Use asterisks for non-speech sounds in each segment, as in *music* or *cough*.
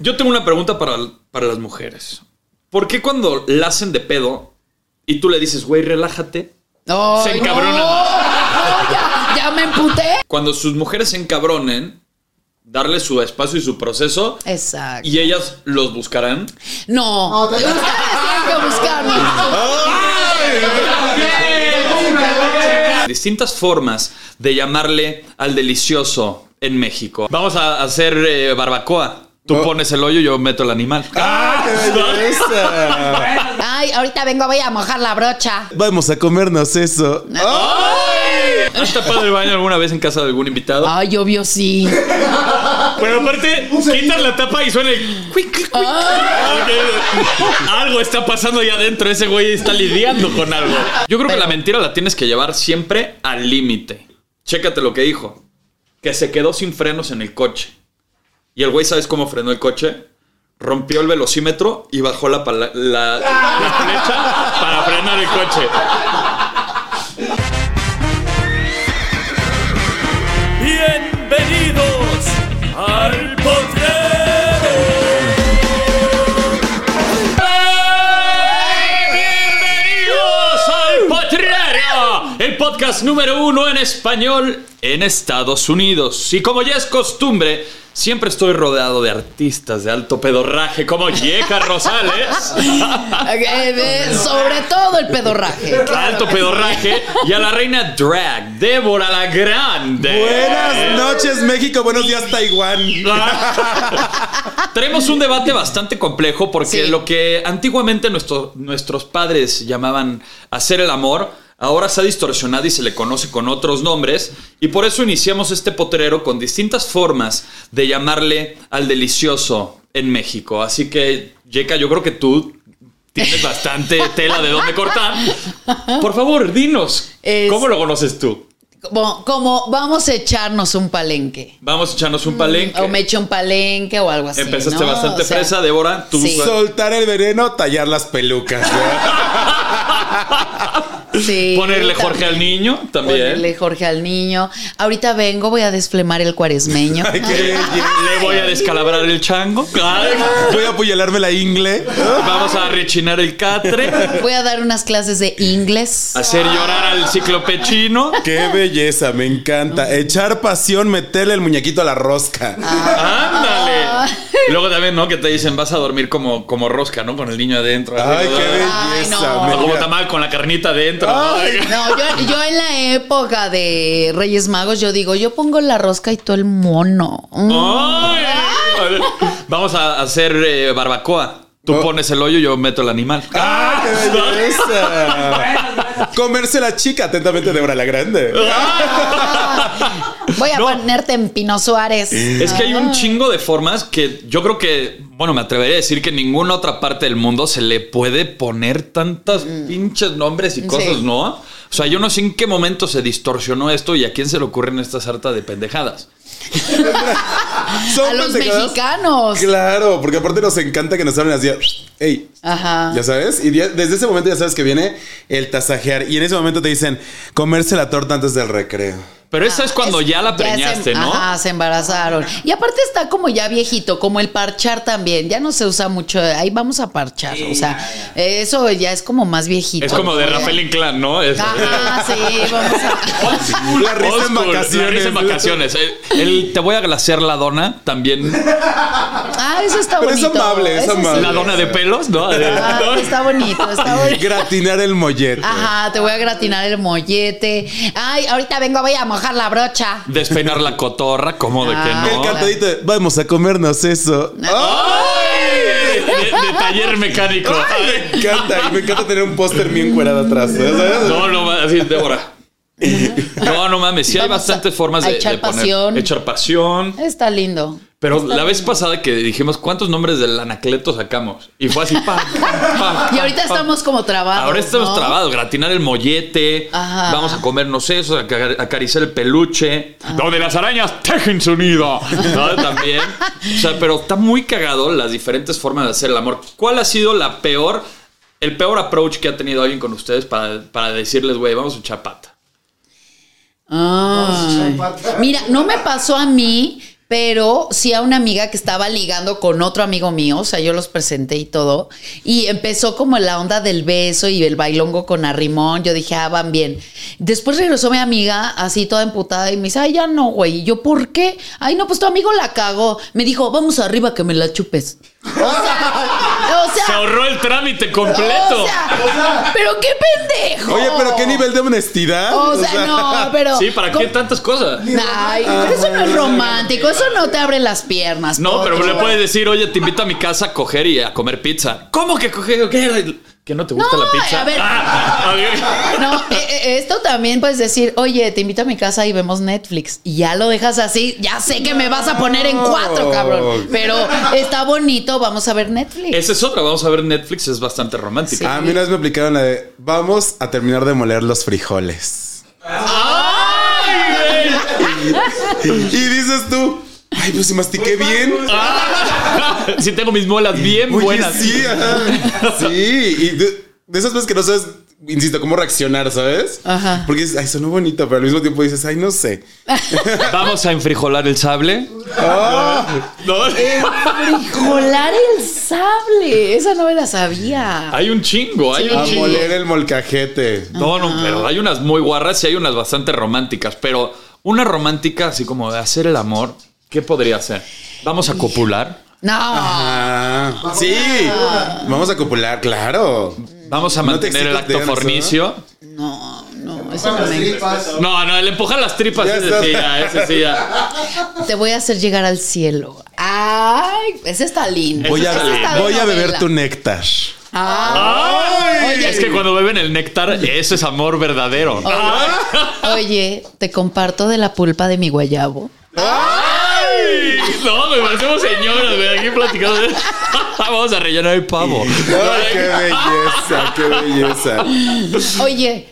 Yo tengo una pregunta para, para las mujeres. ¿Por qué cuando la hacen de pedo y tú le dices, güey, relájate, No, Se no, encabrona más. no, ya, ya me emputé. cuando sus mujeres se encabronen, darle su espacio y su proceso Exacto. y ellas los buscarán? No. te- Ustedes tienen que buscarme. Distintas formas de llamarle al delicioso en México. Vamos a hacer eh, barbacoa. Tú No. pones el hoyo, yo meto el animal. ¡Ah, *laughs* qué belleza! Ay, ahorita vengo, voy a mojar la brocha. Vamos a comernos eso. Oh, ¿Has tapado el baño alguna vez en casa de algún invitado? Ay, obvio sí. Pero aparte, quitas la tapa y suena el cuic, cuic, cuic. *laughs* Algo está pasando ahí adentro. Ese güey está lidiando con algo. Yo creo que la mentira la tienes que llevar siempre al límite. Chécate lo que dijo. Que se quedó sin frenos en el coche. Y el güey, ¿sabes cómo frenó el coche? Rompió el velocímetro y bajó la, pala- la- la flecha para frenar el coche. Bienvenidos al potrero. Bienvenidos al Potrero, el podcast número uno en español en Estados Unidos. Y como ya es costumbre, siempre estoy rodeado de artistas de alto pedorraje como Yeca Rosales, Eh, eh, sobre todo el pedorraje. alto pedorraje, y a la reina drag, Débora la Grande. Eh. Buenas noches, México. Buenos días, Taiwán. *laughs* Tenemos un debate bastante complejo porque Sí. lo que antiguamente nuestro- nuestros padres llamaban hacer el amor, ahora se ha distorsionado y se le conoce con otros nombres. Y por eso iniciamos este potrero con distintas formas de llamarle al delicioso en México. Así que, Yeka, yo creo que tú *laughs* tienes bastante tela de dónde cortar. Por favor, dinos, Es- ¿cómo lo conoces tú? Como, como vamos a echarnos un palenque. Vamos a echarnos un palenque. Mm, O me echo un palenque o algo así. Empezaste ¿no? bastante O sea, fresa, Débora. Tú sí. Soltar el veneno, tallar las pelucas. ¿eh? sí, Ponerle Jorge también. al niño también. Ponerle Jorge al niño. Ahorita vengo, voy a desflemar el *laughs* cuaresmeño. Ay, qué belleza. Le voy a descalabrar el chango. Voy a apuñalarme la ingle. Vamos a rechinar el catre. Voy a dar unas clases de inglés. Hacer llorar al ciclopechino. Qué belleza, me encanta. Echar pasión, meterle el muñequito a la rosca. Ah. ¡Ándale! Luego también, ¿no? Que te dicen, vas a dormir como, como rosca, ¿no? Con el niño adentro. así, Ay, ¿no? qué Ay, no. belleza. me O como encanta. tamal con la carnita adentro. Ay. No, yo, yo en la época de Reyes Magos, yo digo, yo pongo la rosca y tú el mono. Mm. Ay. Vamos a hacer eh, barbacoa. Tú Oh. pones el hoyo, yo meto el animal. ¡Ah, *laughs* qué belleza! Comerse la chica atentamente Débora la *laughs* Grande. Voy a No. ponerte en Pino Suárez. Ah. Es que hay un chingo de formas que yo creo que, bueno, me atrevería a decir que en ninguna otra parte del mundo se le puede poner tantas pinches nombres y cosas, Mm. Sí. ¿no? O sea, yo no sé en qué momento se distorsionó esto y a quién se le ocurren estas hartas de pendejadas. Son A los pendejadas. mexicanos. Claro, porque aparte nos encanta que nos hablen así. ¡Ey! Ajá. Ya sabes, y ya- desde ese momento ya sabes que viene el tasajear. Y en ese momento te dicen comerse la torta antes del recreo. Pero esa es cuando Ah, Es- ya la se- preñaste, ¿no? Ajá, se embarazaron. Y aparte está como ya viejito, como el parchar también. Ya no se usa mucho. Ahí vamos a parchar. o sea, eso ya es como más viejito. Es como de Rafael Inclán, ¿no? Es- *laughs* Ajá, sí, vamos a. La risa Old en school, vacaciones. La risa en vacaciones. El, el te voy a glasear la dona también. Ah, eso está Pero es bonito. amable, es Ese sí. amable. La dona de pelos, ¿no? Ah, está bonito, está bonito. *laughs* Gratinar el mollete. Ajá, te voy a gratinar el mollete. Ay, ahorita vengo, voy a mojar la brocha. Despeinar la cotorra, como de que Ah. no. El cantadito de, vamos a comernos eso. ¡Ay! De, de taller mecánico. Me encanta, y me encanta tener un póster bien encuerado atrás. ¿eh? ¿ya sabes? No, no mames, así, Débora. No, no mames, sí hay Vamos a- bastantes formas a de, echar de poner- pasión. Echar pasión. *laughs* Está lindo. Pero la vez pasada que dijimos cuántos nombres del anacleto sacamos. Y fue así, pa, pa, Y pa, ahorita pa. estamos como trabados. Ahora estamos ¿no? trabados, gratinar el mollete, Ajá. vamos a comernos eso, a acar- acariciar el peluche, Ah. donde las arañas tejen su nido, ¿no? También. O sea, pero está muy cagado las diferentes formas de hacer el amor. ¿Cuál ha sido la peor, el peor approach que ha tenido alguien con ustedes para, para decirles, güey, vamos a echar pata? Ay. Mira, no me pasó a mí, pero sí a una amiga que estaba ligando con otro amigo mío, o sea, yo los presenté y todo, y empezó como la onda del beso y el bailongo con arrimón, yo dije, ah, van bien. Después regresó mi amiga así toda emputada y me dice, ay, ya no, güey, y yo, ¿por qué? Ay, no, pues tu amigo la cagó, me dijo, vamos arriba que me la chupes. O sea, o sea, Se ahorró el trámite *laughs* completo. o sea, pero qué pendejo. Oye, pero qué nivel de honestidad. O *laughs* sea, no, pero. sí, ¿para qué tantas cosas? Ay, pero eso no es romántico, eso no te abre las piernas. No, pero Potro. le puedes decir, oye, te invito a mi casa a coger y a comer pizza. ¿Cómo que coger? ¿Qué? ¿Que no te gusta No, la pizza? a ver. Ah, ok. No, eh, eh, esto también puedes decir, oye, te invito a mi casa y vemos Netflix. Y ya lo dejas así, ya sé que me vas a poner en cuatro, cabrón. Pero está bonito, vamos a ver Netflix. Esa es otra, vamos a ver Netflix, es bastante romántica. A mí una vez me aplicaron la de vamos a terminar de moler *laughs* los frijoles. Ah. ¡Ay, güey! Y dices tú, ay, pues si mastiqué bien. pues, Ah, sí tengo mis muelas bien Oye, buenas. Sí, ajá. sí. Y de, de esas veces que no sabes, insisto, cómo reaccionar, ¿sabes? Ajá. Porque dices, ay, sonó bonito, pero al mismo tiempo dices, ay, no sé. Vamos a enfrijolar el sable. Ah. No, Eh. Frijolar el sable. Esa no me la sabía. hay un chingo, hay Sí. un A Ay. chingo. moler el molcajete. No, no, pero hay unas muy guarras y hay unas bastante románticas. Pero una romántica, así como de hacer el amor, ¿qué podría ser? Vamos a copular, No. Ah, sí. Vamos a copular, claro. vamos a ¿No te mantener el excitas de acto ¿eh? eso? fornicio. No, no, eso no me No, no, le empujan las tripas. Ya Ese estás. sí, ya, ese sí, ya. Te voy a hacer llegar al cielo. Ay, ese está lindo. Voy Eso está a, bien. voy a beber tu novela. néctar. Ah, ¡Ay! Oye. Es que cuando beben el néctar, eso es amor verdadero. ¡Ay! oye, te comparto de la pulpa de mi guayabo. ¡Ay! No, me parecemos señoras, güey, aquí platicando. de- *laughs* Vamos a rellenar el pavo. Ay, Oh, qué belleza, qué belleza. Oye,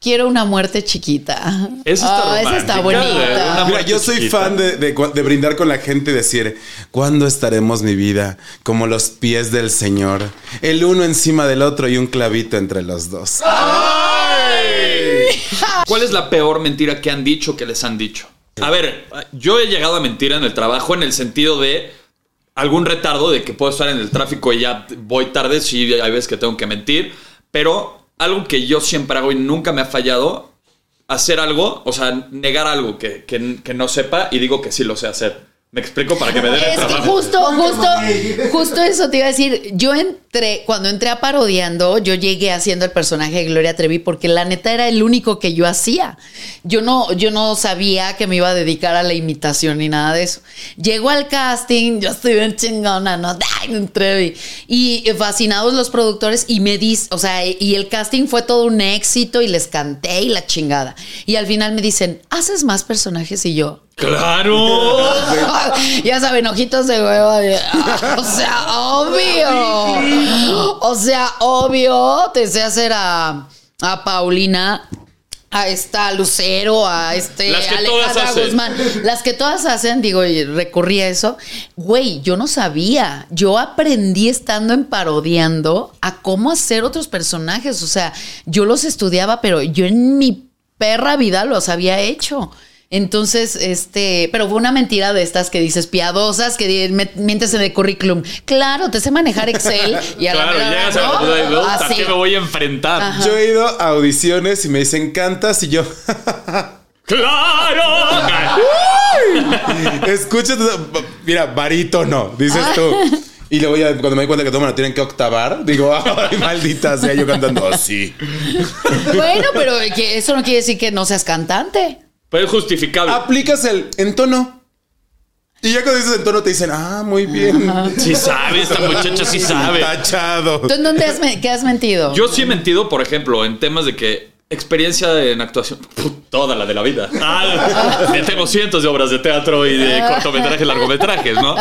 quiero una muerte chiquita. Eso está Ah, esa está romántica, güey, bonita. una- Mira, yo soy fan de, de cua- de brindar con la gente y decir, ¿cuándo estaremos mi vida? Como los pies del Señor, el uno encima del otro y un clavito entre los dos. ¿Cuál es la peor mentira que han dicho que les han dicho? A ver, yo he llegado a mentir en el trabajo en el sentido de algún retardo de que puedo estar en el tráfico y ya voy tarde, sí, hay veces que tengo que mentir, pero algo que yo siempre hago y nunca me ha fallado, hacer algo, o sea, negar algo que, que- que no sepa y digo que sí lo sé hacer. ¿Me explico para que me den el Es que trabajo? justo, justo, justo eso te iba a decir. Yo entré, cuando entré a parodiando, yo llegué haciendo el personaje de Gloria Trevi porque la neta era el único que yo hacía. Yo no, yo no sabía que me iba a dedicar a la imitación ni nada de eso. Llego al casting, yo estoy bien chingona, ¿no? Ay, Trevi. Y eh, fascinados los productores y me dicen, o sea, y el casting fue todo un éxito y les canté y la chingada. Y al final me dicen, ¿haces más personajes? Y yo, ¡Claro! ya saben, ojitos de huevo. de- O sea, obvio. O sea, obvio. Te sé hacer a, a Paulina. A esta Lucero, a este Las que Alejandra todas hacen. Guzmán. Las que todas hacen, digo, y recurrí a eso. Güey, yo no sabía. Yo aprendí estando en parodiando a cómo hacer otros personajes. O sea, yo los estudiaba, pero yo en mi perra vida los había hecho. Entonces, este, pero fue una mentira de estas que dices piadosas, que di- me- mientes en el currículum. Claro, te sé manejar Excel y a la Claro, mera hora, llegas a ¿no? la ¿a Así. Ah. qué me voy a enfrentar? Yo he ido a audiciones y me dicen, cantas y yo, *laughs* ¡Claro! escucha, mira, barítono, Ah. dices tú. Y luego ya cuando me di cuenta que todo me lo tienen que octavar, digo, *laughs* ay, maldita sea, yo cantando así. Bueno, pero que eso no quiere decir que no seas cantante. Pero es justificable. Ah, Aplicas el entono. Y ya cuando dices entono te dicen, ah, muy bien. Sí sabe, esta muchacha *laughs* sí sabe. Tachado. ¿Tú en dónde has, me- qué has mentido? Yo sí he mentido, por ejemplo, en temas de que experiencia en actuación, put, toda la de la vida. Ah, tengo cientos de obras de teatro y de Ah. cortometrajes, largometrajes, ¿no?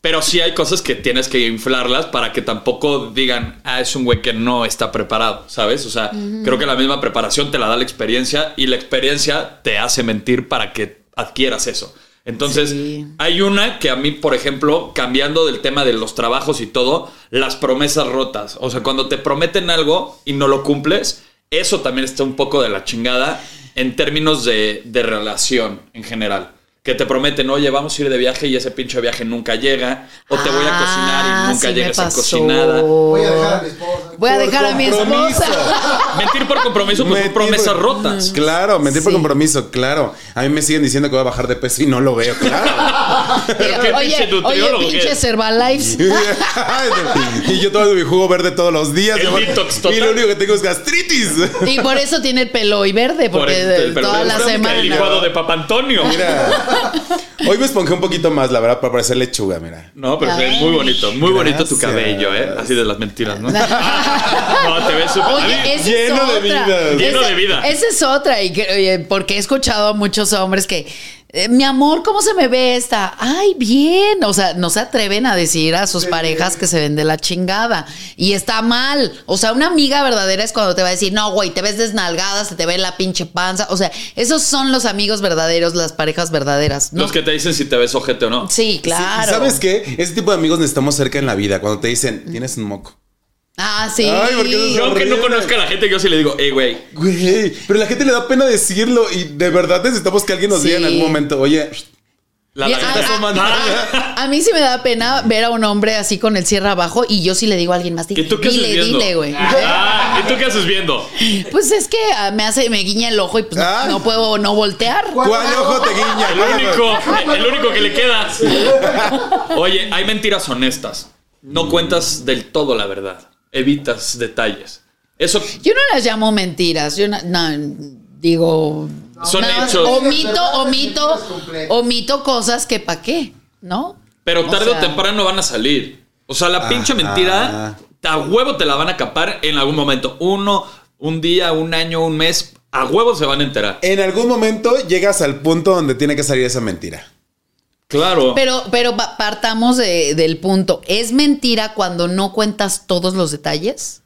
Pero sí hay cosas que tienes que inflarlas para que tampoco digan, ah, es un güey que no está preparado, ¿sabes? O sea, creo que la misma preparación te la da la experiencia y la experiencia te hace mentir para que adquieras eso. Entonces, Sí. hay una que a mí, por ejemplo, cambiando del tema de los trabajos y todo, las promesas rotas. O sea, cuando te prometen algo y no lo cumples, eso también está un poco de la chingada en términos de, de relación en general. que te prometen, oye, vamos a ir de viaje y ese pinche viaje nunca llega. O te voy a Ah, cocinar y nunca llega esa cocinada. Voy a dejar a mi esposa. Voy a Por dejar a mi compromiso. *laughs* esposa. Mentir por compromiso, pues son Mentir por- promesas rotas. Claro, mentir por Sí. compromiso, claro. A mí me siguen diciendo que voy a bajar de peso y no lo veo, *laughs* claro. Pero qué pinche oye, oye, nutriólogo, ¿qué? pinches Herbalife. *laughs* y yo tomo mi jugo verde todos los días. El detox total. y lo único que tengo es gastritis. Y por eso tiene el pelo hoy verde, Por porque el- de- el- pero- toda la pero- semana. El licuado de Papa Antonio. *laughs* Mira, hoy me esponjé un poquito más, la verdad, para parecer lechuga, mira. No, pero es Ay. muy bonito, muy bonito tu Gracias. cabello, ¿eh? Así de las mentiras, *laughs* ¿no? Ah, no, te ves súper. Oye, esa lleno es de otra. vida. Lleno Esa- de vida. Esa es otra, y que- oye, porque he escuchado a muchos hombres que, eh, mi amor, ¿cómo se me ve esta? Ay, bien. O sea, no se atreven a decir a sus parejas que se ven de la chingada. Y está mal. O sea, una amiga verdadera es cuando te va a decir, no, güey, te ves desnalgada, se te ve la pinche panza. O sea, esos son los amigos verdaderos, las parejas verdaderas. ¿no? Los que te dicen si te ves ojete o no. Sí, claro. Sí, ¿Sabes qué? Ese tipo de amigos necesitamos cerca en la vida. Cuando te dicen, Mm. tienes un moco. Ah, sí. Ay, ¿por qué no Yo, aunque no conozca a la gente, yo sí le digo, hey, güey, Güey, pero la gente le da pena decirlo y de verdad necesitamos que alguien nos diga en Sí. algún momento, oye, la Bien, lagartija ah, es humana". ah, A mí sí me da pena ver a un hombre así con el cierre abajo y yo sí le digo a alguien más, *laughs* ¿Y dile, tú qué haces dile, viendo? dile, güey. Ah, ¿y tú qué haces viendo? Pues es que ah, me hace, me guiña el ojo y pues no- Ah. no puedo no voltear. ¿cuál ojo te guiña? El ¿Cuál ojo? único, el único que le queda. Oye, hay mentiras honestas. No cuentas del todo la verdad. Evitas detalles. Eso Yo no las llamo mentiras, yo no, no, digo... Son nada más hechos. Omito, omito, Verdades completas. omito cosas que pa' qué, ¿no? Pero O tarde o, sea, temprano van a salir. O sea, la pinche mentira, a huevo te la van a capar en algún momento. Uno, un día, un año, un mes, a huevo se van a enterar. En algún momento llegas al punto donde tiene que salir esa mentira. Claro. Pero, pero pa- partamos de- del punto. ¿Es mentira cuando no cuentas todos los detalles?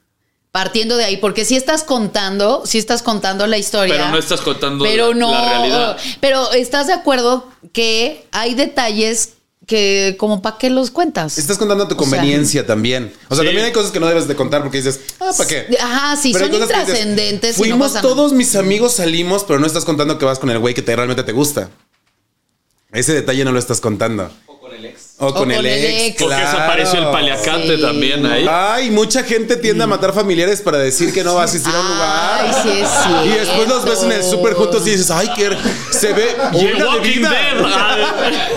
Partiendo de ahí, porque si estás contando, si estás contando la historia. Pero no estás contando pero la- no, la realidad. Pero estás de acuerdo que hay detalles que, como para qué los cuentas. Estás contando a tu O sea, conveniencia también. O sea, Sí. también hay cosas que no debes de contar porque dices, ah, ¿para qué? Ajá, sí, Pero son hay cosas que dices, intrascendentes. y no Fuimos pasa nada. todos mis amigos, salimos, pero no estás contando que vas con el güey que te, realmente te gusta. Ese detalle no lo estás contando. O con el ex. O con el ex. Porque desapareció el paliacate Sí. también ahí. Ay, mucha gente tiende a matar familiares para decir que no va a asistir a un lugar. Ay, sí es Y después los ves en el cierto. súper juntos y dices, ay, que se ve Llegó una a de vida. Kinder. Ah,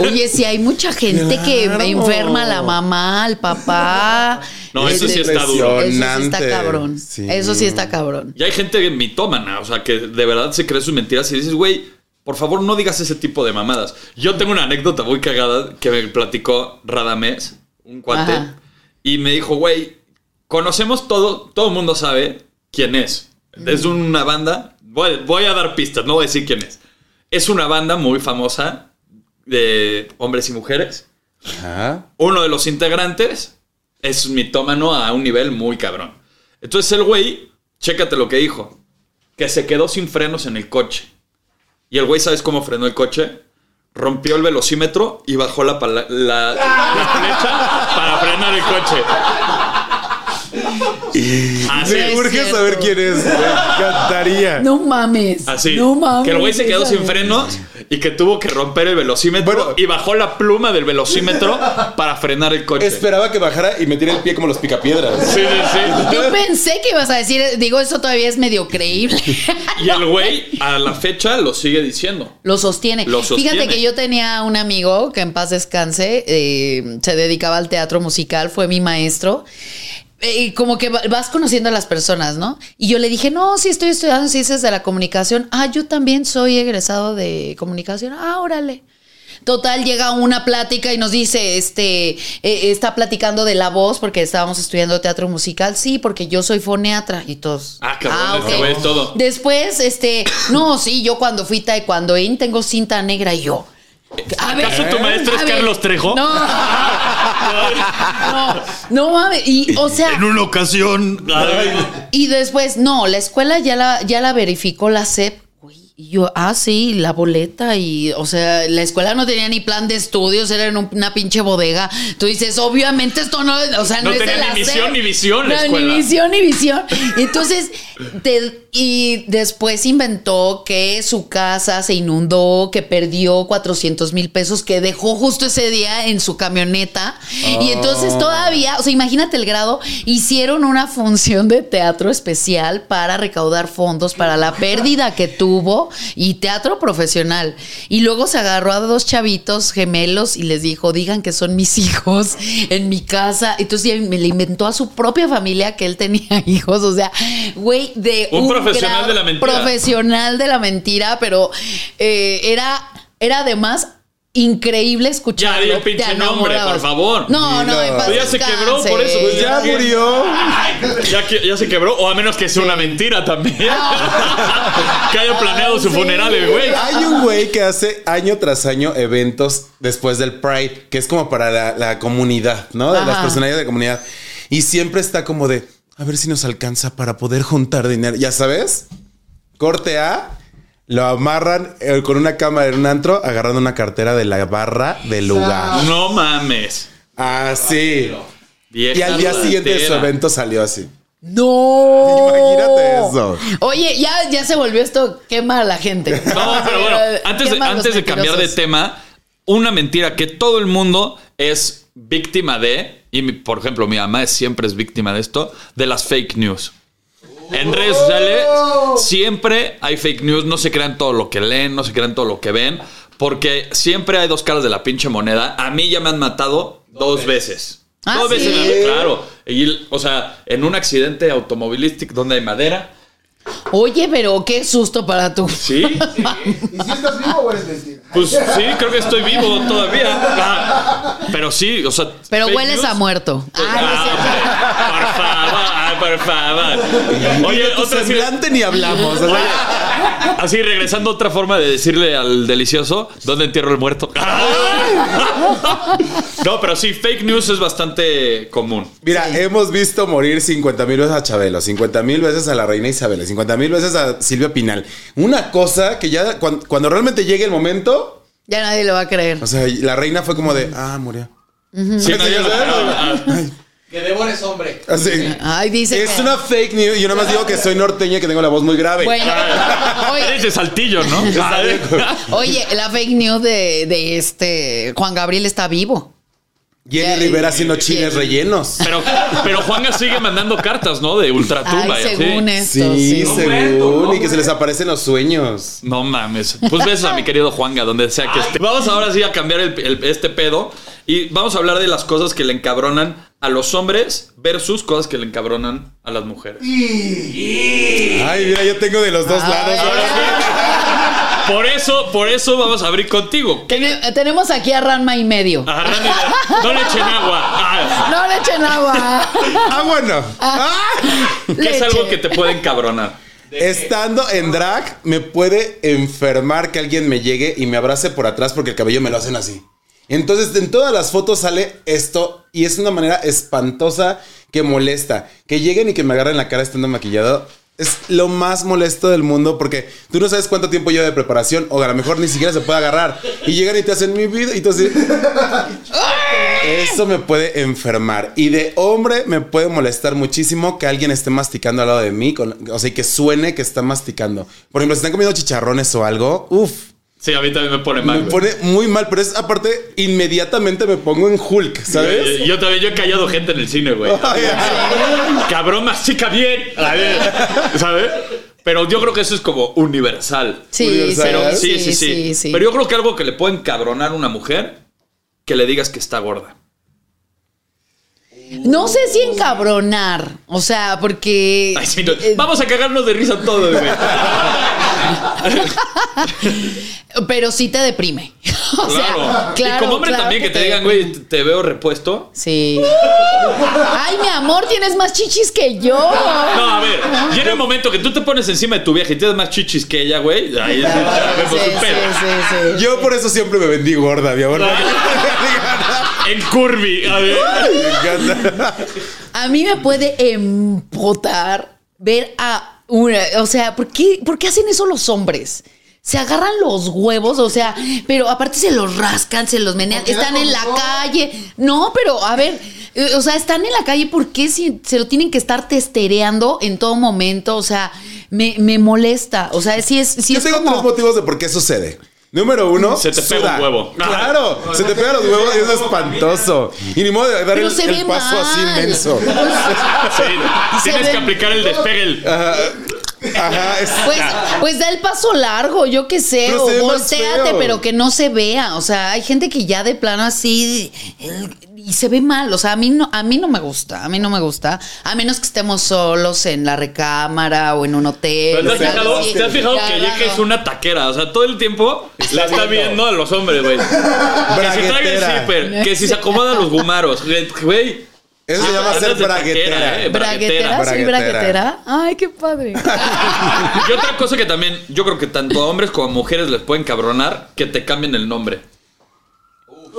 Oye, sí, hay mucha gente Claro. que enferma a la mamá, al papá. No, eso Este, sí está duro. Eso sí está Impresionante. cabrón. Sí. Eso sí está cabrón. Y hay gente mitómana, o sea, que de verdad se cree sus mentiras y dices, güey, por favor no digas ese tipo de mamadas. Yo tengo una anécdota muy cagada que me platicó Radamés, un cuate, Ajá. y me dijo, güey, conocemos todo, todo el mundo sabe quién es. Es una banda, voy, voy a dar pistas, no voy a decir quién es. Es una banda muy famosa de hombres y mujeres. Ajá. Uno de los integrantes es mitómano a un nivel muy cabrón. Entonces el güey, chécate lo que dijo, que se quedó sin frenos en el coche. Y el güey, ¿sabes cómo frenó el coche? Rompió el velocímetro y bajó la, pala- la- la flecha para frenar el coche. Así, Me es urge cierto. saber quién es. Me encantaría. No mames. así. No mames. Ah, que el güey se quedó esa sin es. frenos y que tuvo que romper el velocímetro Bueno. y bajó la pluma del velocímetro para frenar el coche. Esperaba que bajara y me tiré el pie como los picapiedras. Sí, sí, sí. Yo pensé que ibas a decir, digo, eso todavía es medio creíble. *laughs* Y el güey a la fecha lo sigue diciendo. Lo sostiene. Lo sostiene. Fíjate que yo tenía un amigo que en paz descanse, eh, se dedicaba al teatro musical, fue mi maestro. Eh, Y como que va- vas conociendo a las personas, ¿no? Y yo le dije, no, sí estoy estudiando ciencias de la comunicación. Ah, yo también soy egresado de comunicación. Ah, órale. Total, llega una plática y nos dice, este, eh, está platicando de la voz porque estábamos estudiando teatro musical. Sí, porque yo soy foneatra y todos. Ah, cabrón, ok. esto es todo. Después, este, no, sí, yo cuando fui taekwondoín tengo cinta negra y yo. A ver, ¿Acaso tu maestro a es ver, Carlos Trejo? *laughs* No. No, no mames. Y, o sea, una ocasión. y después, no, la escuela ya la, ya la verificó la SEP. Güey, Y yo, ah, sí, la boleta. Y, o sea, la escuela no tenía ni plan de estudios, era en un- una pinche bodega. Tú dices, obviamente esto no, o sea, No no, es de tenía la ni SEP. misión ni visión la No, escuela. ni visión ni visión. Entonces, te- y después inventó que su casa se inundó, que perdió 400 mil pesos, que dejó justo ese día en su camioneta. Y entonces todavía, o sea, imagínate el grado, hicieron una función de teatro especial para recaudar fondos para la pérdida que tuvo y teatro profesional. Y luego se agarró a dos chavitos gemelos y les dijo, digan que son mis *laughs* hijos en mi casa. Entonces ya me le inventó a su propia familia que él tenía *laughs* hijos. O sea, güey, de Un profesional de la mentira. Profesional de la mentira, pero eh, era, era además increíble escucharlo. Ya di el Te pinche nombre, enamorabas. por favor. No, no, Dilo. en paz Pues ya se quebró por eso, Pues pues ya Sí. murió. Ya, que- ya se quebró, o a menos que sea una mentira también. *laughs* que haya planeado su Sí. funeral, el güey. Hay un güey que hace año tras año eventos después del Pride, que es como para la, la comunidad, ¿no? De las Ajá. personalidades de la comunidad. Y siempre está como de, a ver si nos alcanza para poder juntar dinero. Ya sabes, corte A, lo amarran eh, con una cámara en un antro, agarrando una cartera de la barra del lugar. Ah, No mames. Así. Vieja Y al día siguiente de su ratera. evento salió así. No. Imagínate eso. Oye, ya, ya se volvió esto. Quema a la gente. No, pero bueno, antes de, Quema a los antes de cambiar de mentirosos. tema, una mentira que todo el mundo es víctima de, y mi- por ejemplo, mi mamá es- siempre es víctima de esto, de las fake news. En redes sociales Oh. siempre hay fake news, no se crean todo lo que leen, no se crean todo lo que ven, porque siempre hay dos caras de la pinche moneda. A mí ya me han matado dos, veces. Ah, dos veces, ¿sí? me- claro. Y, o sea, en un accidente automovilístico donde hay madera. Oye, pero qué susto para tú. Sí. ¿Y si estás vivo o eres mentira? Pues sí, creo que estoy vivo todavía. Ah, pero sí, o sea. Pero fake hueles news. a muerto. Ah, no es cierto. Ah, hombre, por favor, por favor. Oye, Tu otra sí- semblante ni hablamos. o sea, Así regresando a otra forma de decirle al delicioso, ¿dónde entierro el muerto? Ah. No, pero sí, fake news es bastante común. Mira, hemos visto morir 50 mil veces a Chabelo, 50 mil veces a la reina Isabel, 50 mil veces a Silvia Pinal. Una cosa que ya cuan- cuando, realmente llegue el momento, Ya nadie lo va a creer. o sea, y la reina fue como de, ah, murió. Sí, nadie lo- ah, ah. Que Débora es hombre. Así. Ay, dice. Ah, Es que- una fake news. Yo nada más digo que soy norteña y que tengo la voz muy grave. Bueno, Eres oye, de saltillo, ¿no? Ah, oye, la fake news de, de este Juan Gabriel está vivo. Jenny Ya, Rivera haciendo chiles Jenny. rellenos. Pero, pero Juanga sigue mandando cartas, ¿no? De ultratumba. Ay, y así. según esto, Sí, sí. según. Y que se les aparecen los sueños. No mames. Pues besos a mi querido Juanga, donde sea que esté. Vamos ahora sí a cambiar el- el- este pedo y vamos a hablar de las cosas que le encabronan a los hombres versus cosas que le encabronan a las mujeres. Ay, mira, yo tengo de los dos lados. Por eso, por eso vamos a abrir contigo. Tene- tenemos aquí a Ranma y medio. Ah, Randy, No le echen agua. Ah, No le echen agua. Ah, bueno. *laughs* que es algo Leche. que te puede encabronar. Estando en drag, me puede enfermar que alguien me llegue y me abrace por atrás porque el cabello me lo hacen así. Entonces, en todas las fotos sale esto y es una manera espantosa que molesta. Que lleguen y que me agarren la cara estando maquillado es lo más molesto del mundo porque tú no sabes cuánto tiempo lleva de preparación o a lo mejor ni siquiera se puede agarrar. Y llegan y te hacen mi vida y tú así. Eso me puede enfermar. Y de hombre me puede molestar muchísimo que alguien esté masticando al lado de mí. con- o sea, y que suene que está masticando. Por ejemplo, si están comiendo chicharrones o algo, uff. Sí, a mí también me pone mal. Me güey. pone muy mal, pero es aparte, inmediatamente me pongo en Hulk, ¿sabes? Yo, yo también, yo he callado gente en el cine, *laughs* güey. Cabrón, mastica bien. A ver, ¿Sabes? Pero yo creo que eso es como universal. Sí, sí, Pero- Sí, sí, sí, sí. Pero yo creo que algo que le puede encabronar a una mujer, que le digas que está gorda. No sé si encabronar. O sea, porque. Ay, sí, no. eh, Vamos a cagarnos de risa todo, güey. Pero sí te deprime. *laughs* *laughs* O sea, Claro. claro. Y como hombre claro también que te digan, deprime. güey, te veo repuesto. Sí. Ay, mi amor, tienes más chichis que yo. No, a ver, llega el momento que tú te pones encima de tu vieja y tienes más chichis que ella, güey. Ahí es Sí, sí, sí, sí. Yo por eso siempre me vendí gorda, mi amor. *laughs* En curvy. A ver. Me encanta. *laughs* A mí me puede empotar ver a una. O sea, ¿por qué, por qué hacen eso los hombres? se agarran los huevos, o sea, pero aparte se los rascan, se los menean, Porque están da en la comezón. calle. No, pero a ver, eh, o sea, están en la calle porque si se lo tienen que estar testereando en todo momento, o sea, me, me molesta, o sea, si es si Yo es tengo como- tres motivos de por qué sucede. Número uno, Se te pega un huevo. *laughs* Claro, se te pega los huevos y eso es espantoso. Y ni modo de dar Pero el, se el ve paso así mal. inmenso. Sí, Se tienes que ven- aplicar el despegue. el- Ajá, es- *laughs* Pues, pues da el paso largo, yo qué sé, Pero o se ve más volteate, feo. pero que no se vea. O sea, hay gente que ya de plano así eh, y se ve mal. O sea, a mí no, a mí no me gusta, a mí no me gusta. A menos que estemos solos en la recámara o en un hotel. Pero ¿Te has o algo fijado, así. te has fijado Ya, que ya, Yeka no. es una taquera? O sea, todo el tiempo la está viendo a los hombres, güey. Que si trae el Braguetera. zipper, que si se acomoda los gumaros, güey. Eso se llama Andas ser de taquera, braguetera. eh. ¿Braguetera? ¿Soy Braguetera. braguetera? Ay, qué padre. Y otra cosa que también, yo creo que tanto a hombres como a mujeres les pueden cabronar que te cambien el nombre.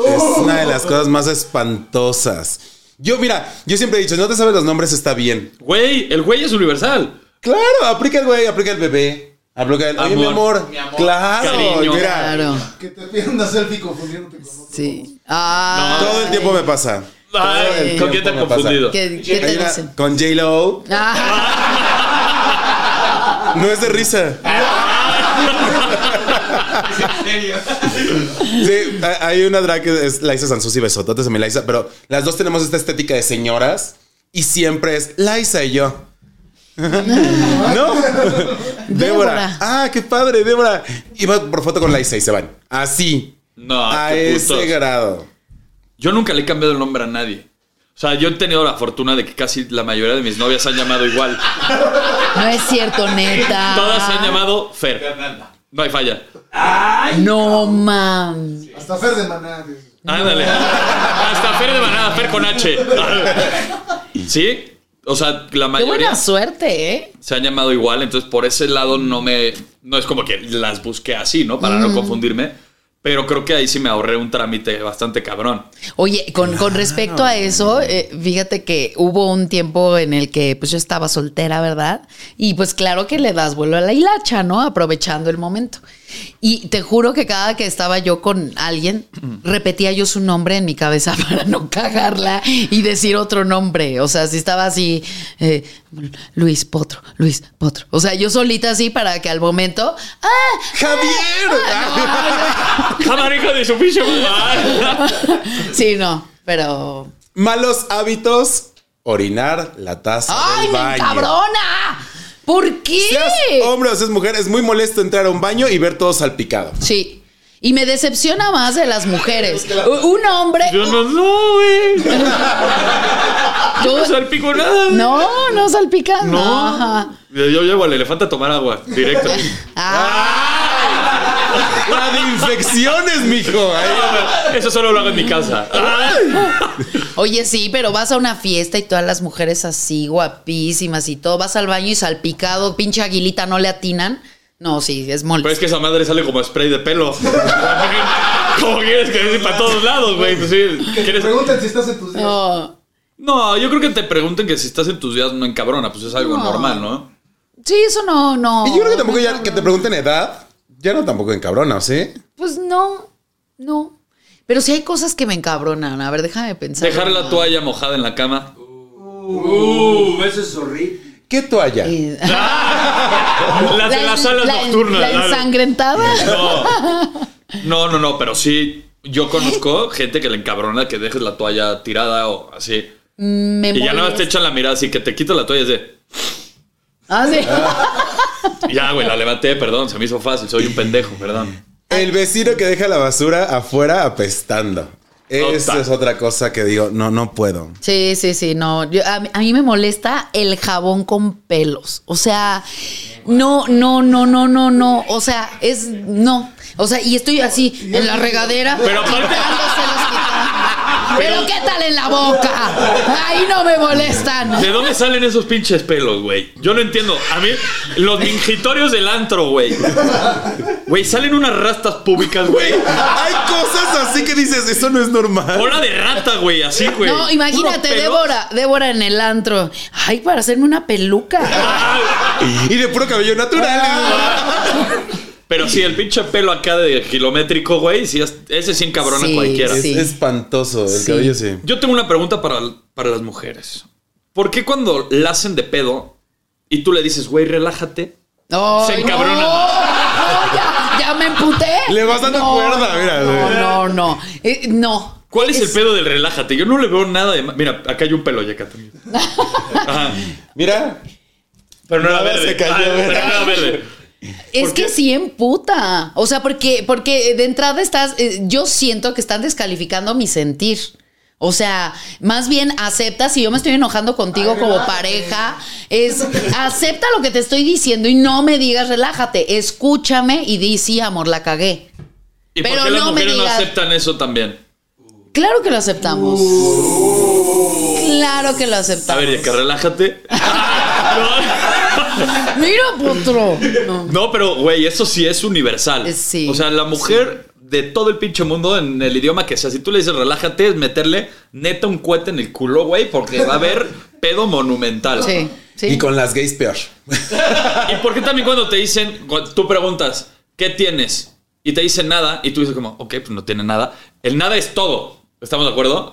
Es una de las cosas más espantosas. Yo, mira, yo siempre he dicho, no te sabes los nombres, está bien. Güey, el güey es universal. Claro, aplica el güey, aplica el bebé. Aplica el, oye, mi Amor. amor. Claro, Cariño. mira. Claro, Que te piden una selfie confundiéndote con otro. sí. Ah, Todo el tiempo me pasa. Todo el Ay, ¿Con quién te han tiempo me pasa. confundido? ¿Qué, qué Hay te una- dicen? Con J-Lo. Ah, No es de risa. En serio. Sí, hay- hay una drag que es Laisa Sansus y Besototes de mi Laisa, pero las dos tenemos esta estética de señoras y siempre es Laisa *laughs* y yo. no, Débora. Débora. Ah, qué padre, Débora. Y va por foto con Laisa y se van. Así. No, a Ah, qué ese putos. grado. Yo nunca le he cambiado el nombre a nadie. O sea, yo he tenido la fortuna de que casi la mayoría de mis novias han llamado igual. no es cierto, neta. Todas se han llamado Fer. No hay falla. No mames. Hasta Fer de Maná. dices. Ándale. Hasta Fer de Manada, Fer con H. ¿Sí? O sea, la Qué mayoría buena suerte, ¿eh? se han llamado igual, entonces por ese lado no me. No es como que las busqué así, ¿no? Para Mm. no confundirme. Pero creo que ahí sí me ahorré un trámite bastante *laughs* cabrón. Oye, con, con respecto a eso, eh, fíjate que hubo un tiempo en el que pues yo estaba soltera, ¿verdad? Y pues claro que le das vuelo a la hilacha, ¿no? Aprovechando el momento. Y te juro que cada que estaba yo con alguien, repetía yo su nombre en mi cabeza *laughs* para no cagarla y decir otro nombre. O sea, si estaba así, eh, Luis Potro, Luis Potro. O sea, yo solita así para que al momento, ¡ah! ¡Javier! ¡Camarico de su picho! *laughs* Sí, no, pero... Malos hábitos. Orinar la taza ¡Ay, del me baño. encabrona! ¿Por qué? Seas hombre o seas mujer, es muy molesto entrar a un baño y ver todo salpicado. Sí. Y me decepciona más de las mujeres. U- Un hombre. *laughs* Yo no, no, güey. tú- No salpico nada. no, no salpica. No. No. ajá. Yo llevo al elefante a tomar agua, *laughs* directo. Ah, La de infecciones, mijo. Ahí Eso solo lo hago en mi *laughs* casa. Oye, sí, pero vas a una fiesta y todas las mujeres así, guapísimas y todo. Vas al baño y salpicado, pinche aguilita, no le atinan. No, sí, es molesto. Pero es que esa madre sale como spray de pelo. *laughs* Como quieres que decir para todos lados, güey. Pues sí, Que te ¿quieres? pregunten si estás en tus días. No. No, yo creo que te pregunten que si estás en tus días no encabrona, pues es algo No. normal, ¿no? Sí, eso no, no. Y yo creo que tampoco ya que te pregunten edad, ya no tampoco encabrona, ¿sí? Pues no, no. Pero sí hay cosas que me encabronan. A ver, déjame pensar. Dejar la toalla mojada en la cama. Uh, eso es horrible. ¿Qué toalla? Eh, La de las salas la- nocturnas. La la- ensangrentada. No, no, no, pero sí. Yo conozco gente que le encabrona que dejes la toalla tirada o así. Me Y ya nada más te molesta. echan la mirada así que te quito la toalla y es de. Ah, sí. Ya, güey, la levanté, perdón, se me hizo fácil, soy un pendejo, perdón. El vecino que deja la basura afuera apestando. Esa Ota. es otra cosa que digo, no, no puedo. Sí, sí, sí, no. Yo- a, mí- a mí me molesta el jabón con pelos. O sea, no, no, no, no, no, no. O sea, es no. O sea, y estoy así en la regadera. Pero aparte- quitándoselos, quitando. Pero qué tal en la boca. Ahí no me molestan. ¿De dónde salen esos pinches pelos, güey? Yo no entiendo. A mí, los mingitorios del antro, güey. Güey, salen unas rastas públicas, güey. Hay cosas así que dices, eso no es normal. Hora de rata, güey, así, güey. No, imagínate, Puro pelo. Débora, Débora en el antro. Ay, para hacerme una peluca. Ah, Ah, Y de puro cabello natural. Pero sí, el pinche pelo acá de kilométrico, güey, sí, es- ese sí encabrona a Sí, cualquiera. Es sí. espantoso el Sí. cabello, sí. Yo tengo una pregunta para, para las mujeres. ¿Por qué cuando la hacen de pedo y tú le dices, güey, relájate? No, Se no, encabrona no, ya, ya me emputé. Le vas dando cuerda, mira, No, sí. no, no. Eh, no. ¿Cuál es, el pedo del relájate? Yo no le veo nada de... ma- Mira, acá hay un pelo ya acá *laughs* también. Ajá. Mira, Pero no era No, verde. se cayó, Ah, pero no ¿verdad? era verde. Es ¿Por que qué? sí emputa. O sea, porque, porque de entrada estás. eh, yo siento que están descalificando mi sentir. O sea, más bien acepta, si yo me estoy enojando contigo Ay, como relájate. pareja, es acepta lo que te estoy diciendo y no me digas relájate, escúchame y di sí, amor, la cagué. ¿Y Pero por qué las no me mujeres no digas. aceptan eso también? Claro que lo aceptamos. Uh. Claro que lo A aceptamos. ver, ya que relájate. No. Mira, potro. No. No, pero, güey, eso sí es universal. Eh, sí, o sea, la mujer de todo el pinche mundo, en el idioma que sea, si tú le dices relájate, es meterle neta un cohete en el culo, güey, porque va a *laughs* haber pedo monumental. Sí, sí. y con las gays peor. ¿Y por qué también cuando te dicen, cu- tú preguntas, ¿qué tienes? Y te dicen nada, y tú dices como, ok, pues no tiene nada. El nada es todo. ¿Estamos de acuerdo?